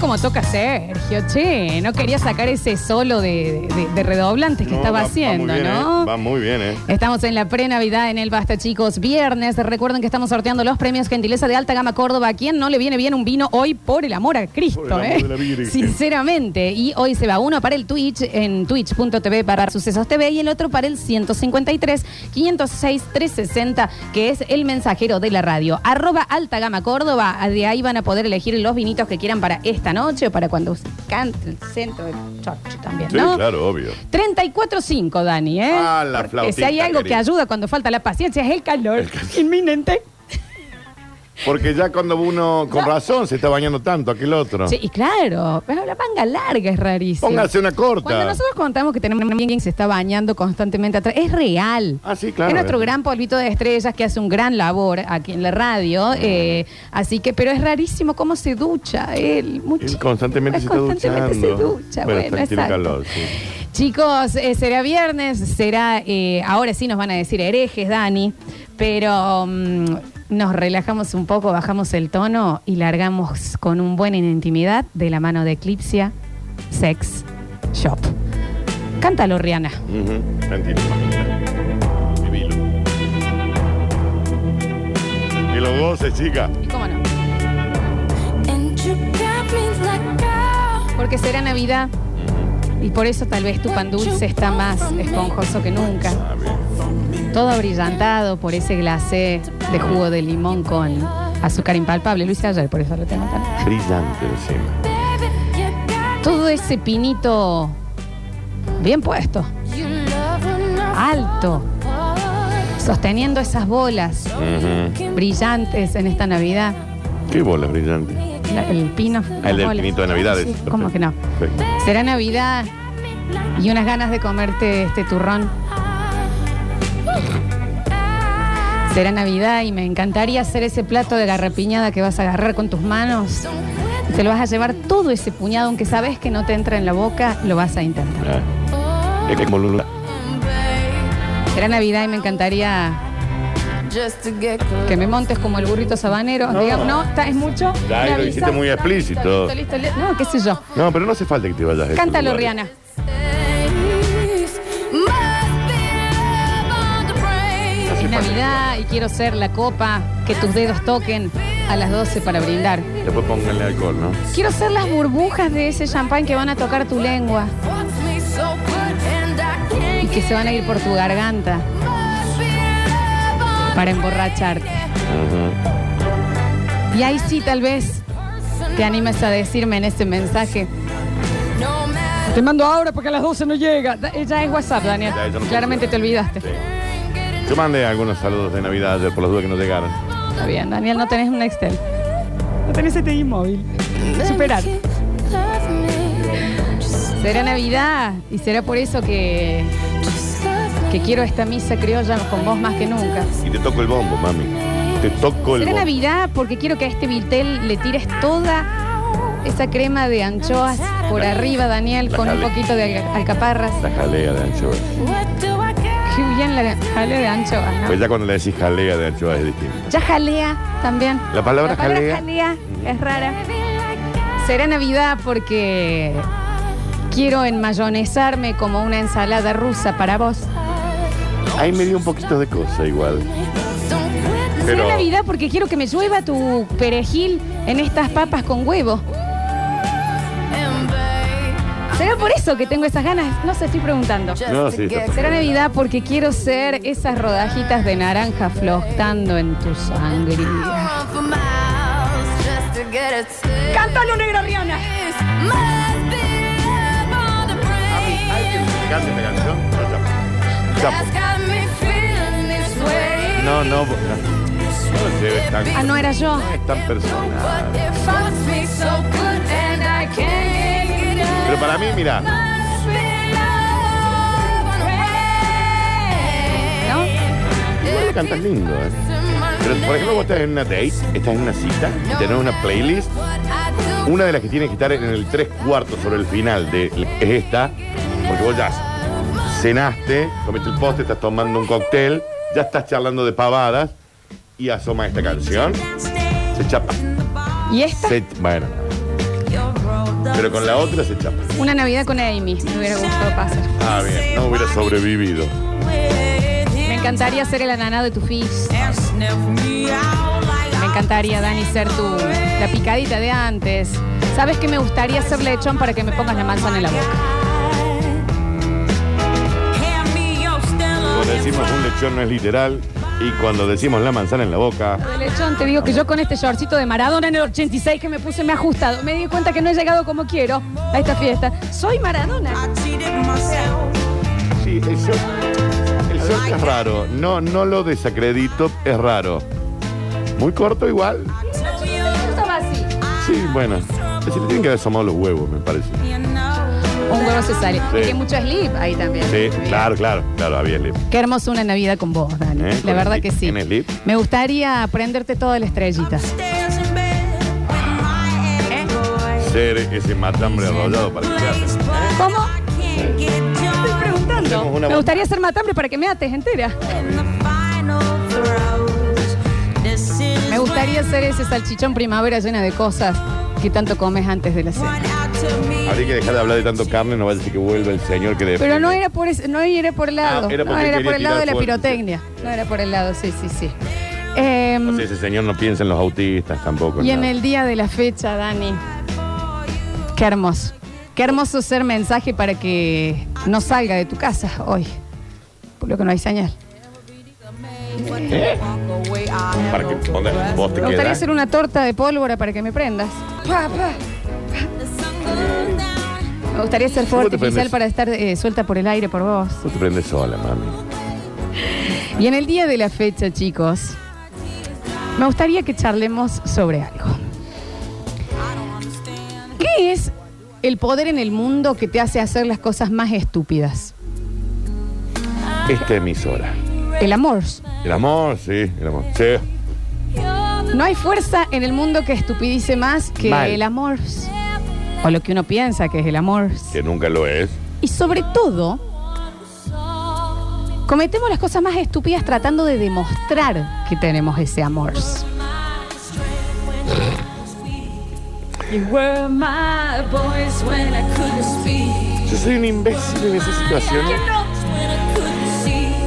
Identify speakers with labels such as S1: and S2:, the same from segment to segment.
S1: como toca Sergio, che. No quería sacar ese solo de, de- de redoblantes que
S2: No,
S1: estaba
S2: va- va
S1: haciendo,
S2: muy bien,
S1: ¿no?
S2: ¿eh? Va muy bien, ¿eh?
S1: Estamos en la pre-Navidad en el Basta, chicos. Viernes, recuerden que estamos sorteando los premios Gentileza de Alta Gama Córdoba. ¿A quién no le viene bien un vino hoy por el amor a Cristo?
S2: Por el amor
S1: eh?
S2: de la Virgen.
S1: Sinceramente. Y hoy se va uno para el Twitch, en twitch.tv para Sucesos TV, y el otro para el 153 506 360, que es el mensajero de la radio. Arroba Alta Gama Córdoba. De ahí van a poder elegir los vinitos que quieran para esta noche o para cuando cante el centro del chocho también,
S2: Sí,
S1: ¿no?
S2: claro, obvio.
S1: 34.5, Dani, ¿eh?
S2: Ah, la
S1: Porque
S2: flautita,
S1: Si hay algo que
S2: querida.
S1: ayuda cuando falta la paciencia es el calor inminente.
S2: Porque ya cuando uno, con razón, se está bañando tanto, aquel otro.
S1: Sí, y claro, pero la manga larga es rarísimo.
S2: Póngase una corta.
S1: Cuando nosotros contamos que tenemos alguien que se está bañando constantemente atrás, es real.
S2: Ah, sí, claro.
S1: Es nuestro gran polvito de estrellas que hace un gran labor aquí en la
S2: Ah.
S1: radio. eh, así que, pero es rarísimo cómo se ducha él.
S2: Él
S1: muchísimo.
S2: constantemente se está
S1: Constantemente
S2: duchando.
S1: se ducha,
S2: Bueno,
S1: bueno,
S2: está- tiene
S1: exacto.
S2: calor, sí.
S1: Chicos, eh, será viernes, será. eh, ahora sí nos van a decir herejes, Dani, pero mm, nos relajamos un poco, bajamos el tono y largamos con un buen en intimidad de la mano de Eclipsia Sex Shop. Cántalo, Rihanna.
S2: Ujú, tranquilo, mamita. Vivilo. Que lo goces, chica.
S1: ¿Y cómo no?
S3: And you got me like I
S1: Porque será Navidad y por eso tal vez tu pan dulce está más esponjoso que nunca.
S2: Ah, bien.
S1: Todo abrillantado por ese glacé de jugo de limón con azúcar impalpable. Lo hice ayer, por eso lo tengo tan.
S2: Brillante encima.
S3: baby, you got
S1: Todo ese pinito bien puesto,
S3: you love
S1: alto,
S3: enough.
S1: sosteniendo esas bolas brillantes en esta Navidad.
S2: Qué bola brillante.
S1: La- el pino.
S2: Ah,
S1: las
S2: El del
S1: bolas.
S2: pinito de Navidades.
S1: Sí, ¿Cómo que no?
S2: Perfecto.
S1: Será Navidad y unas ganas de comerte este turrón. Será Navidad y me encantaría hacer ese plato de garrapiñada que vas a agarrar con tus manos. Te lo vas a llevar todo ese puñado, aunque sabes que no te entra en la boca, lo vas a intentar.
S2: Ah, es que como Lula.
S1: Será Navidad y me encantaría que me montes como el burrito sabanero.
S2: No.
S1: Digamos, no, está- es mucho.
S2: Ya,
S1: Me
S2: lo
S1: avisas.
S2: hiciste muy
S1: No,
S2: explícito.
S1: Listo, listo, listo. No, qué sé yo.
S2: No, pero no hace falta que te vayas. este a esos
S1: Cántalo,
S2: lugares.
S1: Rihanna. Es Navidad y quiero ser la copa que tus dedos toquen a las 12 para brindar.
S2: Después pónganle alcohol, ¿no?
S1: Quiero ser las burbujas de ese champán que van a tocar tu lengua y que se van a ir por tu garganta para emborracharte.
S2: Ujú.
S1: Y ahí sí, tal vez te animes a decirme en este mensaje. Te mando ahora porque a las 12 no llega. Da- eh, Ya es WhatsApp, Daniel.
S2: Ya, ya no
S1: Claramente te
S2: puedo
S1: olvidaste.
S2: Yo mandé algunos saludos de Navidad ayer por las dudas que no llegaron.
S1: Está bien, Daniel, no tenés un Excel. No tenés este inmóvil. Superar. Será Navidad y será por eso que, que quiero esta misa criolla con vos más que nunca.
S2: Y te toco el bombo, mami. Te toco el
S1: Será
S2: bombo.
S1: Navidad porque quiero que a este vitel le tires toda esa crema de anchoas por arriba, Daniel,
S2: La
S1: con un
S2: jale.
S1: poquito de alca- alcaparras.
S2: La jalea de anchoa.
S1: Qué bien la jalea de anchoas, ¿no?
S2: Pues ya cuando le decís jalea de anchoa es distinto.
S1: Ya jalea también.
S2: La palabra jalea.
S1: es rara. Será Navidad porque quiero enmayonesarme como una ensalada rusa para vos.
S2: Ahí me dio un poquito de cosa igual.
S1: Será
S2: Pero
S1: Navidad porque quiero que me llueva tu perejil en estas papas con huevo. Será por eso que tengo esas ganas. No sé, estoy preguntando.
S2: No, sí, está
S1: Será Navidad porque quiero ser esas rodajitas de naranja flotando en tu sangría. ¡Cántalo, negra Rihanna!
S2: ¿Alguien que cante esta canción? Yo chapo. Chapo. No, no, no. No lo lleves tan,
S1: Ah, no era yo.
S2: es tan personal. Pero para mí, mira,
S1: ¿No?
S2: igual le cantas lindo, ¿eh? Pero, por ejemplo, vos estás en una date, estás en una cita y tenés una playlist. Una de las que tienes que estar en el tres cuartos sobre el final de, es esta, porque vos ya cenaste, comiste el postre, estás tomando un cóctel, ya estás charlando de pavadas y asoma esta canción. Se chapa.
S1: ¿Y esta?
S2: Se- bueno, Pero con la otra se chapa.
S1: Una Navidad con Amy, me hubiera gustado pasar.
S2: Ah, bien, no hubiera sobrevivido.
S1: Me encantaría ser el ananado de tu fish. Me encantaría, Dani, ser tu la picadita de antes. ¿Sabes que me gustaría ser lechón para que me pongas la manzana en la boca?
S2: Cuando decimos un lechón no es literal. Y cuando decimos la manzana en la boca.
S1: El lechón, te digo que yo con este shortcito de Maradona en el 86 que me puse me he ajustado, me di cuenta que no he llegado como quiero a esta fiesta. Soy Maradona.
S2: Sí, el short, el short es raro. No, no lo desacredito, es raro. Muy corto igual.
S1: Yo estaba así.
S2: Sí, bueno. Se le tienen que haber asomado los huevos, me parece.
S1: Un huevo se sale.
S2: Sí.
S1: Y que mucho slip ahí también.
S2: Sí, claro, claro, claro, había slip.
S1: Qué hermosa una Navidad con vos, Dani.
S2: ¿Eh?
S1: La
S2: Con
S1: verdad
S2: slip.
S1: que sí.
S2: ¿Tiene slip?
S1: Me gustaría aprenderte toda la
S2: ¿Eh?
S1: estrellita.
S2: Ser ese matambre arrollado para que
S1: ¿Cómo? Estoy preguntando.
S2: Hacemos una
S1: Me gustaría ser matambre para que me ates entera. Me gustaría ser ese salchichón primavera llena de cosas que tanto comes antes de la cena.
S2: Habría que dejar de hablar de tanto carne, no va a decir que vuelva el señor que le
S1: Pero no era por ese- no era por el lado.
S2: Ah, era
S1: no
S2: porque
S1: era
S2: quería
S1: por el lado de
S2: tirar
S1: la
S2: fuerte.
S1: pirotecnia. No era por el lado, sí, sí, sí. Eh,
S2: No sé, ese señor no piensa en los autistas tampoco.
S1: y en
S2: nada.
S1: el día de la fecha, Dani. Qué hermoso. Qué hermoso ser mensaje para que no salga de tu casa hoy. Por lo que no hay señal.
S2: ¿Eh? Para que ¿dónde? vos te
S1: Me gustaría
S2: quedas.
S1: hacer una torta de pólvora para que me prendas. Pa, pa. Me gustaría ser
S2: ¿Cómo
S1: fuerte
S2: te
S1: artificial
S2: prendes?
S1: para estar eh, suelta por el aire por vos.
S2: Vos te prendes sola, mami.
S1: Y en el día de la fecha, chicos, me gustaría que charlemos sobre algo. ¿Qué es el poder en el mundo que te hace hacer las cosas más estúpidas?
S2: Esta emisora.
S1: El amor.
S2: El amor, sí, el amor. Sí.
S1: No hay fuerza en el mundo que estupidice más que
S2: Mal.
S1: el amor. O lo que uno piensa que es el amor.
S2: Que nunca lo es.
S1: Y sobre todo, cometemos las cosas más estúpidas tratando de demostrar que tenemos ese amor.
S2: Yo soy un imbécil en esa situación.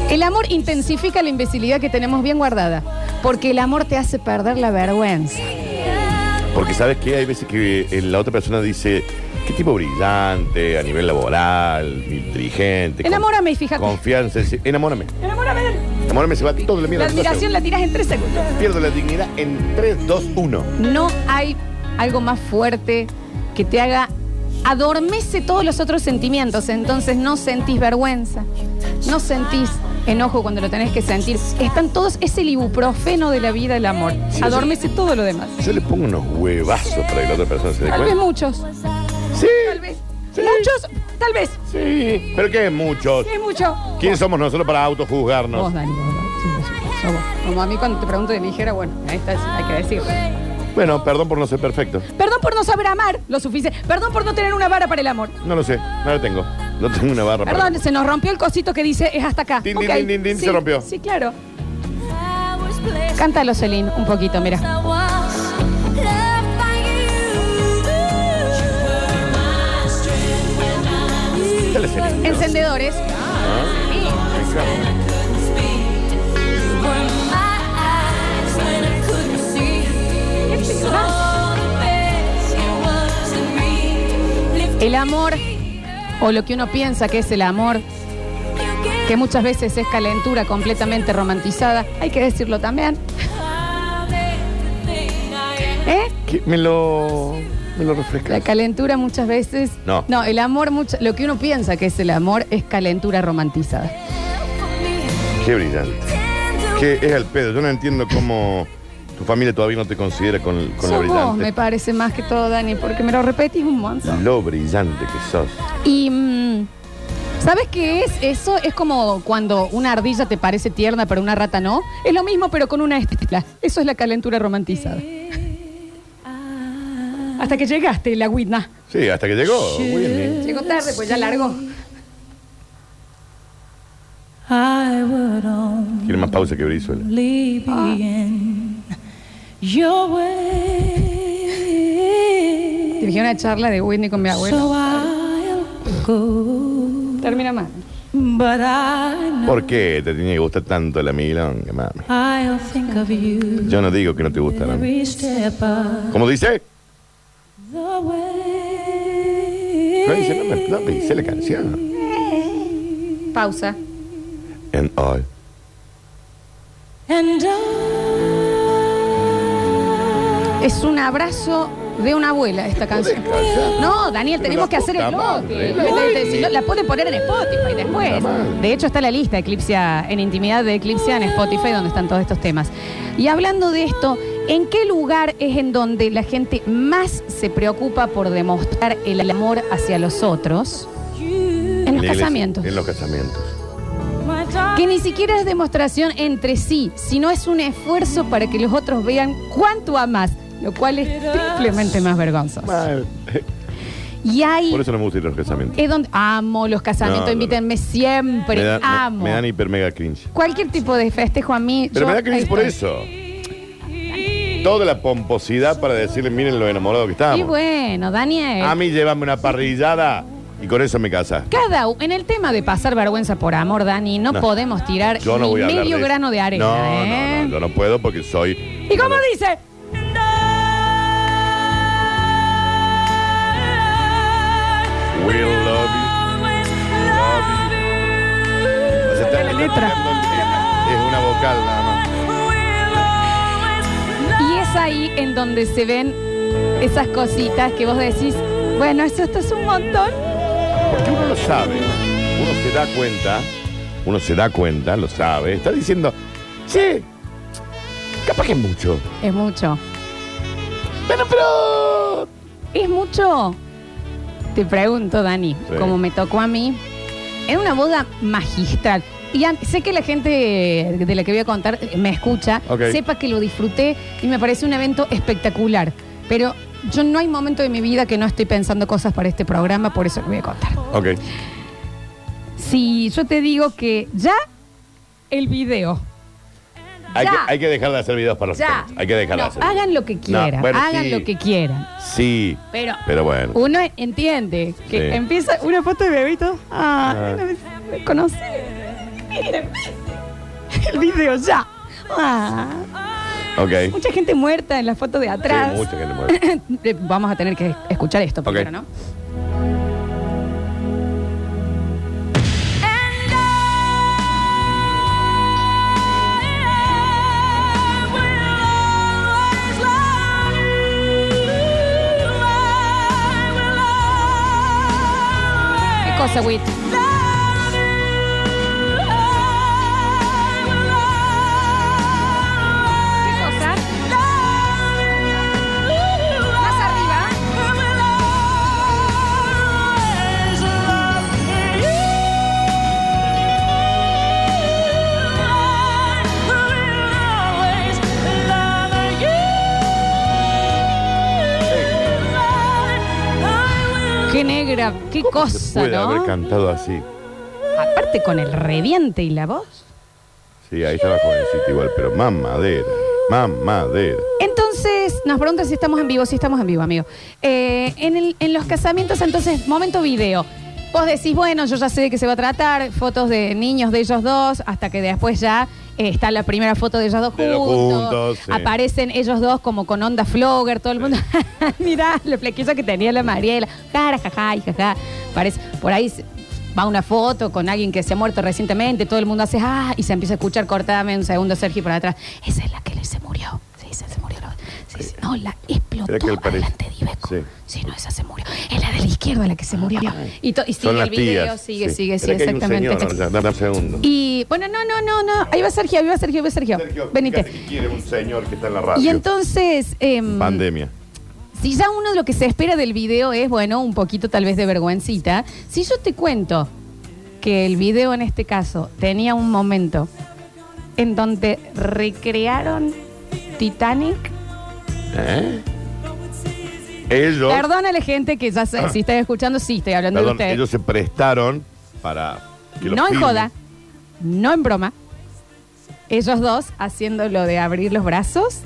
S1: El amor intensifica la imbecilidad que tenemos bien guardada, porque el amor te hace perder la vergüenza.
S2: Porque sabes que hay veces que eh, la otra persona dice, qué tipo brillante, a nivel laboral, inteligente. con-
S1: Enamórame y fíjate.
S2: Confianza, en sí. enamórame.
S1: Enamórame de él.
S2: Enamórame, se va todo la mierda.
S1: La admiración la tiras en tres segundos.
S2: Pierdo la dignidad en 3, 2, 1.
S1: No hay algo más fuerte que te haga adormece todos los otros sentimientos. Entonces no sentís vergüenza, no sentís enojo cuando lo tenés que sentir. Están todos, es el ibuprofeno de la vida, el amor.
S2: sí.
S1: Adormece todo lo demás.
S2: Yo le pongo unos huevazos para que la otra persona se dé
S1: Tal vez
S2: cuenta.
S1: muchos,
S2: Sí,
S1: tal vez. Muchos, tal vez.
S2: sí. Pero que es mucho.
S1: Es mucho.
S2: ¿Quién somos nosotros para autojuzgarnos?
S1: Vos, Dani, vos, Dani. Sí, vos, sí, sos vos. Como a mí cuando te pregunto de ligera, bueno, ahí está, sí, hay que decir.
S2: Bueno, perdón por no ser perfecto.
S1: Perdón por no saber amar lo suficiente. Perdón por no tener una vara para el amor.
S2: No lo sé, no lo tengo. No tengo una barra. para-
S1: Perdón, se nos rompió el cosito que dice es hasta acá.
S2: Tin, tin,
S1: Ok.
S2: tin, tin, tin,
S1: Sí,
S2: se rompió.
S1: Sí, claro. Cántalo, Celine, un poquito, mira.
S2: Dale, ¿Ah? Celina.
S1: Encendedores. El amor, o lo que uno piensa que es el amor, que muchas veces es calentura completamente romantizada, hay que decirlo también. ¿Eh?
S2: ¿Qué? Me lo. Me lo refresca.
S1: La calentura muchas veces.
S2: No.
S1: No, el amor, mucha- lo que uno piensa que es el amor es calentura romantizada.
S2: Qué brillante. Que es al pedo. Yo no entiendo cómo tu familia todavía no te considera con, con lo
S1: Sos vos, me
S2: brillante.
S1: parece más que todo, Dani, porque me lo repetís un montón.
S2: Lo brillante que sos.
S1: Y. mm, ¿Sabes qué es? Eso es como cuando una ardilla te parece tierna, pero una rata no. Es lo mismo, pero con una estela. Eso es la calentura romantizada. Hasta que llegaste, la Whitna.
S2: Sí, hasta que llegó. Willy.
S1: Llegó tarde, pues ya largo.
S4: I would
S2: Tiene más pausa que Brizuela.
S4: only be in your way.
S1: Dirigí una charla de Whitney con mi abuelo.
S4: So I'll go.
S1: Termina más.
S4: But I know
S2: ¿Por qué te tenía que gustar tanto la milonga, mami?
S4: I'll think of you
S2: Yo no digo que no te gusta la
S4: every step of
S2: ¿Cómo dice?
S4: the way.
S2: No dice, no me, no me dice la canción.
S1: Pausa.
S2: And all.
S4: And I
S1: Es un abrazo de una abuela esta canción.
S2: Descansa.
S1: No, Daniel,
S2: Pero
S1: tenemos
S2: la
S1: que hacer el
S2: puta
S1: bloque.
S2: madre.
S1: Te- te- si no, La pueden poner en Spotify
S2: Puta
S1: después.
S2: madre.
S1: De hecho, está la lista Eclipsia en intimidad de Eclipsia en Spotify, donde están todos estos temas. Y hablando de esto, ¿en qué lugar es en donde la gente más se preocupa por demostrar el amor hacia los otros? En los
S2: En la iglesia,
S1: casamientos.
S2: En los casamientos.
S4: my darling.
S1: Que ni siquiera es demostración entre sí, sino es un esfuerzo para que los otros vean cuánto amas, lo cual es triplemente más vergonzoso.
S2: Mal.
S1: Y ahí
S2: Por eso no me gustan los casamientos.
S1: es donde amo los casamientos,
S2: No, no,
S1: invítenme siempre,
S2: me, da- me-
S1: amo.
S2: me dan hiper mega cringe.
S1: Cualquier tipo de festejo a mí.
S2: Pero
S1: yo-
S2: me da cringe
S1: ahí
S2: por
S1: estoy.
S2: eso. Toda la pomposidad para decirle, miren lo enamorado que
S1: Y
S2: estábamos.
S1: bueno, Daniel.
S2: A mí llévame una parrillada y con eso me casa.
S1: Cada u- en el tema de pasar vergüenza por amor, Dani, no,
S2: No.
S1: podemos tirar
S2: Yo no
S1: ni
S2: voy a hablar
S1: medio
S2: de
S1: grano de arena.
S2: No,
S1: ¿eh?
S2: no, no, yo no puedo porque soy...
S1: ¿Y cómo dice?
S2: Will love you, love you. O sea, está-
S1: la
S2: está
S1: letra.
S2: tocando el- Es una vocal nada más.
S1: Y es ahí en donde se ven esas cositas que vos decís, bueno, eso esto es un montón.
S2: Porque uno lo sabe, uno se da cuenta, uno se da cuenta, lo sabe, está diciendo, sí, capaz que es mucho,
S1: Es mucho.
S2: pero, pero...
S1: ¿Es mucho? Te pregunto, Dani,
S2: Sí.
S1: como me tocó a mí, en una boda magistral. Y an- sé que la gente de la que voy a contar eh, me escucha,
S2: Ok.
S1: sepa que lo disfruté y me parece un evento espectacular. Pero yo no hay momento de mi vida que no estoy pensando cosas para este programa, por eso lo voy a contar.
S2: Ok,
S1: Si yo te digo que ya el video.
S2: hay que,
S1: Ya.
S2: hay que dejar de hacer videos para los
S1: Ya.
S2: fans, hay que dejar de
S1: No, ah,
S2: hacer.
S1: hagan lo que quieran,
S2: bueno,
S1: hagan
S2: sí.
S1: lo que quieran.
S2: Sí,
S1: Pero-
S2: pero bueno,
S1: Uno entiende que
S2: Sí.
S1: empieza una foto de bebito.
S2: Ah.
S1: Ah, me conocí. Mira, el video ya. Ah,
S2: ok.
S1: mucha gente muerta en la foto de
S2: Sí,
S1: atrás.
S2: mucha gente muere.
S1: Eh, Vamos a tener que escuchar esto primero, ¿no? ¿Qué
S4: é
S1: cosa, Wit? ¿Qué cosa? Más arriba. Qué negra, qué
S2: Se
S1: cosa,
S2: puede haber
S1: ¿no?
S2: cantado así.
S1: Aparte con el reviente y la voz.
S2: Sí, ahí estaba jovencito igual, pero mamadera, mamadera.
S1: Entonces, nos preguntan si estamos en vivo, si estamos en vivo, amigo. Eh, en, el- en los casamientos, entonces, momento video. Vos decís, bueno, yo ya sé de qué se va a tratar, fotos de niños de ellos dos, hasta que después ya eh, está la primera foto de ellos dos
S2: De los
S1: juntos.
S2: juntos, sí.
S1: Aparecen ellos dos como con onda flogger, todo el mundo. Mirá, lo flequillo que tenía la Mariela. Cara, jaja, y jaja. Parece, por ahí se- va una foto con alguien que se ha muerto recientemente, todo el mundo hace, ah, y se empieza a escuchar cortadamente un segundo Sergio por atrás. Esa es la que le- se murió. Sí, esa se murió. la- sí, sí. No, la explotó
S2: Era que él parece-
S1: delante de Ibeco.
S2: sí. Ah,
S1: Sí. no, esa se murió. Es la de la izquierda la que se murió. Y, to- y
S2: Son
S1: sigue
S2: las
S1: el video,
S2: tías.
S1: sigue,
S2: sí.
S1: sigue,
S2: Espera
S1: sigue,
S2: que hay un
S1: exactamente.
S2: señor,
S1: exact-
S2: ahora, dame un segundo.
S1: Y bueno, no, no, no, no. Ahí va Sergio, ahí va Sergio, ahí va Sergio.
S2: Sergio,
S1: Venite.
S2: fíjate que quiere un señor que está en la radio.
S1: Y entonces, em,
S2: Pandemia.
S1: si ya uno de lo que se espera del video es, bueno, un poquito tal vez de vergüencita, si yo te cuento que el video en este caso tenía un momento en donde recrearon Titanic.
S2: ¿Eh? Ellos...
S1: Perdona a la gente que ya se- si está escuchando, sí, estoy hablando
S2: Perdón,
S1: de
S2: ellos
S1: ustedes.
S2: se prestaron para que los
S1: No en
S2: filmen.
S1: joda, no en broma. Ellos dos haciendo lo de abrir los brazos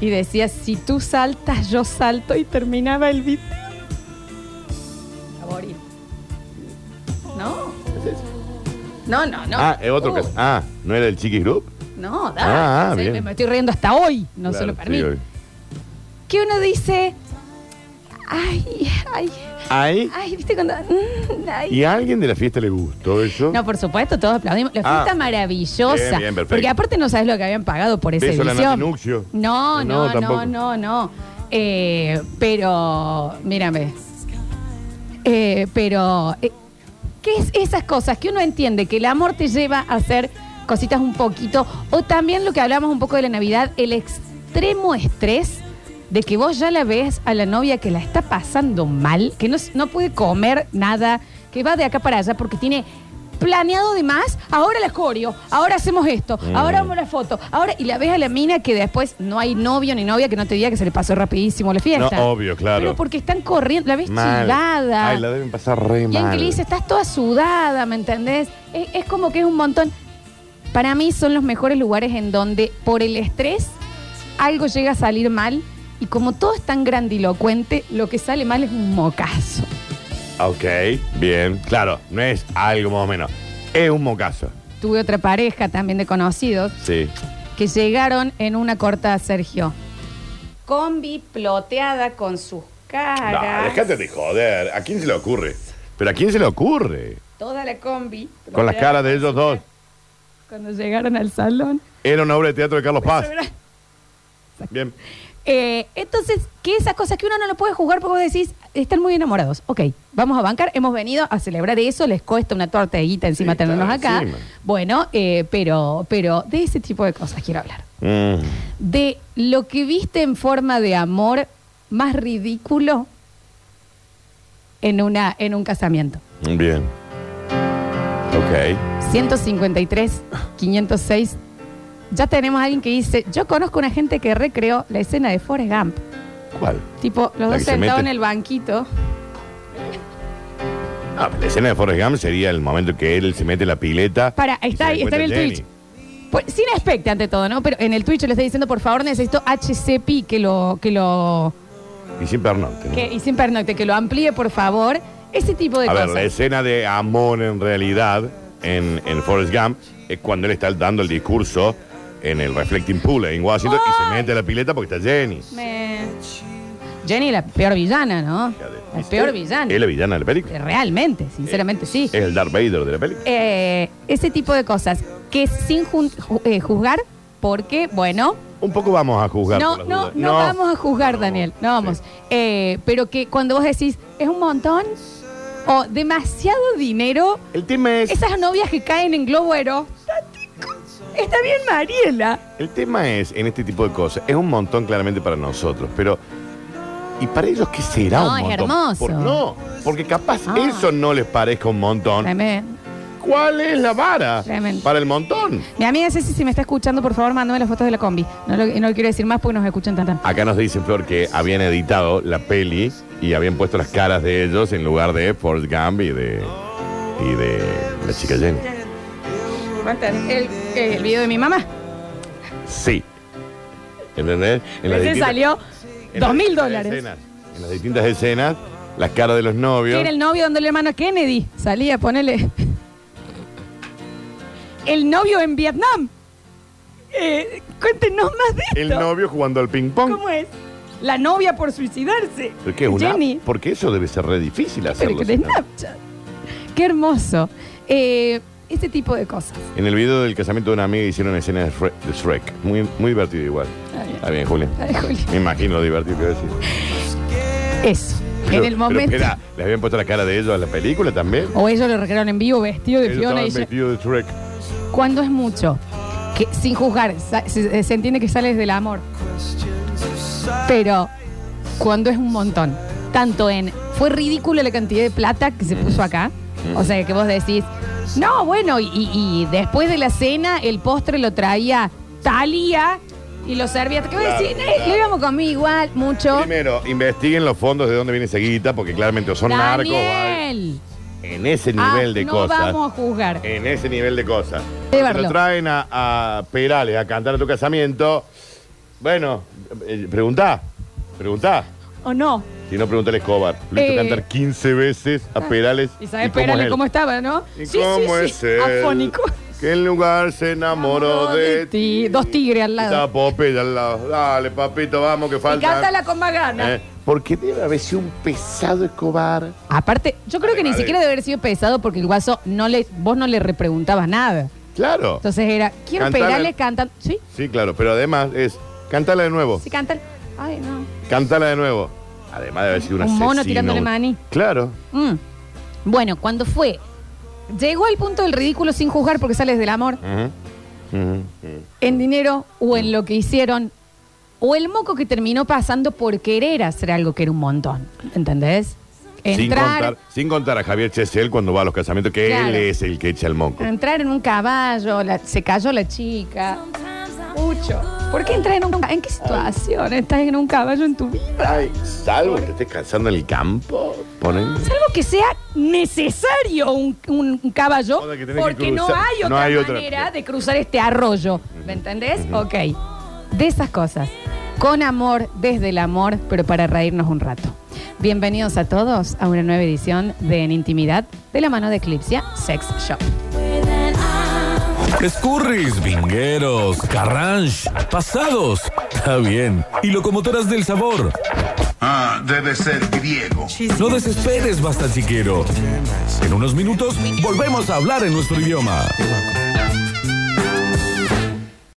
S1: Y decía, si tú saltas, yo salto. Y terminaba el beat. Favorito. No.
S2: ¿Es ese?
S1: No, no, no.
S2: Ah, es otro
S1: Uh,
S2: caso. Ah, ¿no era el Chiqui Group?
S1: No, dale.
S2: Ah, ah,
S1: Sí,
S2: bien.
S1: me- Me estoy riendo hasta hoy. No se
S2: Claro,
S1: lo permito.
S2: sí, obvio.
S1: que uno dice, ay, ay,
S2: Ahí.
S1: ay, ¿viste cuando? mm, ay.
S2: ¿Y a alguien de la fiesta le gustó eso?
S1: No, por supuesto, todos aplaudimos. La
S2: Ah.
S1: fiesta maravillosa.
S2: Bien, bien, perfecto.
S1: porque aparte no sabes lo que habían pagado por esa
S2: Beso a la
S1: edición.
S2: Nati Nuccio.
S1: No,
S2: No,
S1: no, no,
S2: tampoco.
S1: no, no. Eh, pero, mírame. Eh, pero, eh, ¿qué es esas cosas que uno entiende que el amor te lleva a hacer cositas un poquito? O también lo que hablamos un poco de la Navidad, el extremo estrés de que vos ya la ves a la novia que la está pasando mal, que no, s- no puede comer nada, que va de acá para allá porque tiene planeado de más, ahora la coreo, ahora hacemos esto,
S2: Mm.
S1: ahora vamos a la foto, ahora y la ves a la mina que después no hay novio ni novia que no te diga que se le pasó rapidísimo la fiesta.
S2: No, obvio, claro.
S1: Pero porque están corriendo, la ves
S2: Mal.
S1: chivada.
S2: Ay, la deben pasar re
S1: Y en
S2: mal.
S1: que le dice, estás toda sudada, ¿me entendés? Es, es como que es un montón. Para mí son los mejores lugares en donde por el estrés algo llega a salir mal y como todo es tan grandilocuente, lo que sale mal es un mocazo.
S2: Ok, bien. Claro, no es algo más o menos. Es un mocazo.
S1: Tuve otra pareja también de conocidos
S2: Sí.
S1: que llegaron en una corta a Sergio. Combi ploteada con sus
S2: No,
S1: caras.
S2: déjate de joder. ¿A quién se le ocurre? Pero ¿a quién se le ocurre?
S1: Toda la combi.
S2: Con las caras de ellos dos.
S1: Cuando llegaron al salón.
S2: Era una obra de teatro de Carlos Paz. Bien.
S1: Eh, entonces, que esas cosas que uno no lo puede juzgar porque vos decís, están muy enamorados. Ok, vamos a bancar, hemos venido a celebrar eso, les cuesta una torta de guita encima
S2: Sí,
S1: tenernos
S2: claro,
S1: acá.
S2: encima.
S1: Bueno, eh, pero, pero de ese tipo de cosas quiero hablar.
S2: Mm.
S1: De lo que viste en forma de amor más ridículo en, una, en un casamiento.
S2: Bien. Ok.
S1: 153, 506. Ya tenemos a alguien que dice, yo conozco una gente que recreó la escena de Forrest Gump.
S2: ¿Cuál?
S1: Tipo, los
S2: La
S1: dos
S2: que se
S1: sentados en
S2: mete.
S1: el banquito.
S2: Ah, pero la escena de Forrest Gump sería el momento que él se mete la pileta.
S1: Para,
S2: y se
S1: está
S2: da
S1: ahí, está en
S2: cuenta
S1: el
S2: Jenny.
S1: Twitch. Por- sin aspecto ante todo, ¿no? Pero en el Twitch le está diciendo, por favor, necesito HCP que lo, que lo,
S2: Y sin pernocte. ¿no?
S1: que, y sin pernocte, que lo amplíe, por favor. Ese tipo de
S2: A ver,
S1: cosas.
S2: la escena de amor en realidad en, en Forrest Gump es cuando él está dando el discurso en el Reflecting Pool en Washington y se mete la pileta porque está Jenny.
S1: Me- Jenny, la peor villana, ¿no? La peor villana. Eh,
S2: Es la villana de la película. Eh,
S1: Realmente, sinceramente, sí.
S2: Es el Darth Vader de la película.
S1: Eh, ese tipo de cosas que sin jun- ju- eh, juzgar, porque, bueno,
S2: Un poco vamos a juzgar.
S1: No,
S2: por las
S1: no, no,
S2: dudas.
S1: vamos a juzgar,
S2: No,
S1: Daniel. No vamos.
S2: sí.
S1: Eh, pero que cuando vos decís, es un montón o demasiado dinero,
S2: El tema es.
S1: esas novias que caen en globo aerostático. Está bien, Mariela.
S2: El tema es, en este tipo de cosas, es un montón claramente para nosotros, pero. ¿Y para ellos qué será
S1: No,
S2: un
S1: es
S2: montón?
S1: hermoso.
S2: Por- no, porque capaz
S1: Ah.
S2: eso no les parezca un montón.
S1: Tremendo.
S2: ¿Cuál es la vara
S1: Tremendo.
S2: para el montón?
S1: Mi amiga Ceci, si me está escuchando, por favor, mándame las fotos de la combi. No lo, no lo quiero decir más porque nos escuchan tan tan.
S2: Acá nos dicen, Flor, que habían editado la peli y habían puesto las caras de ellos en lugar de Forrest Gump y de, y de la chica Jenny.
S1: El, el video de mi mamá.
S2: Sí. ¿Entendés? En las
S1: Ese
S2: distintas-
S1: salió
S2: en las
S1: dos mil
S2: distintas
S1: dólares.
S2: escenas, en las distintas escenas, las caras de los novios.
S1: Que era el novio donde el hermano Kennedy salía, ponele. El novio en Vietnam. Eh, cuéntenos más de esto.
S2: El novio jugando al ping pong.
S1: ¿Cómo es? La novia por suicidarse.
S2: ¿Pero qué, una
S1: Jenny.
S2: app? Porque eso debe ser re difícil
S1: Pero
S2: hacerlo.
S1: que de
S2: sin app.
S1: Snapchat. Qué hermoso. Eh, este tipo de cosas.
S2: En el video del casamiento de una amiga hicieron escenas de, Shre- de Shrek. Muy, muy divertido igual.
S1: Está bien.
S2: Está bien, Julián.
S1: Ay, Juli.
S2: Me imagino lo divertido que va a decir.
S1: Eso. en el momento.
S2: Pero, espera, ¿le habían puesto la cara de ellos a la película también?
S1: o ellos lo recrearon en vivo vestido de
S2: Ellos
S1: Fiona
S2: estaban
S1: y ella-
S2: vestidos de Shrek.
S1: ¿Cuándo es mucho? Que sin juzgar, sa- se, se entiende que sales del amor. Pero cuando es un montón. Tanto en. Fue ridícula la cantidad de plata que se puso acá. O sea, que vos decís. No, bueno, y, y después de la cena, el postre lo traía Talía y lo servía. ¿Qué voy a
S2: Claro,
S1: decir? Eh,
S2: claro.
S1: Lo íbamos a comer igual, mucho.
S2: Primero, investiguen los fondos de dónde viene esa guita, porque claramente o son narcos. o algo.
S1: Daniel.
S2: En ese
S1: Ah,
S2: nivel de
S1: no
S2: cosas.
S1: vamos a juzgar.
S2: En ese nivel de cosas.
S1: Llevarlo.
S2: Lo traen a, a Perales a cantar a tu casamiento. Bueno, eh, preguntá, preguntá.
S1: ¿O no?
S2: Si no, preguntale a Escobar. Lo hizo
S1: Eh.
S2: cantar 15 veces a Perales.
S1: Y sabes, Perales,
S2: él?
S1: cómo estaba, ¿no?
S2: ¿Y cómo es él?
S1: Afónico.
S2: Que en lugar se enamoró de
S1: de ti. Dos tigres al lado.
S2: Y Estaba Popeye al lado. Dale, papito, vamos, que
S1: Y
S2: falta.
S1: cántala con más ganas.
S2: Eh, Porque debe haber sido un pesado Escobar.
S1: Aparte, yo creo que ni
S2: Además de-
S1: siquiera debe haber sido pesado porque el guaso no le, vos no le repreguntabas nada.
S2: Claro.
S1: Entonces era, quiero
S2: Cantala.
S1: Perales, cantan. Sí,
S2: Sí, claro, pero además es. Cántala de nuevo.
S1: sí, cantan. Ay, no.
S2: Cántala de nuevo. Además de haber sido un,
S1: Un mono
S2: asesino,
S1: tirándole
S2: un-
S1: maní.
S2: Claro.
S1: Mm. Bueno, cuando fue, llegó al punto del ridículo sin juzgar porque sales del amor,
S2: Ujú, ujú, ujú.
S1: en dinero o en lo que hicieron, o el moco que terminó pasando por querer hacer algo que era un montón. ¿Entendés?
S2: Sin,
S1: Entrar,
S2: contar, sin contar a Javier Chesel cuando va a los casamientos, que
S1: Claro.
S2: él es el que echa el monco.
S1: entrar en un caballo, la- se cayó la chica. Mucho. ¿Por qué entrar en un ¿En qué situación estás en un caballo en tu vida?
S2: Ay, salvo que estés cansando en el campo, ponen.
S1: Salvo que sea necesario un, un- un caballo,
S2: Joda, que tenés que
S1: porque no
S2: cruzar.
S1: hay otra
S2: No hay otra.
S1: manera de cruzar este arroyo. ¿Me entendés? Ok. De esas cosas. Con amor, desde el amor, pero para reírnos un rato. Bienvenidos a todos a una nueva edición de En Intimidad de la mano de Eclipsia Sex Shop.
S5: Escurris, vingueros, carranche, pasados. Está bien. Y locomotoras del sabor.
S6: Ah, debe ser griego.
S5: No desesperes, basta chiquero. En unos minutos volvemos a hablar en nuestro idioma.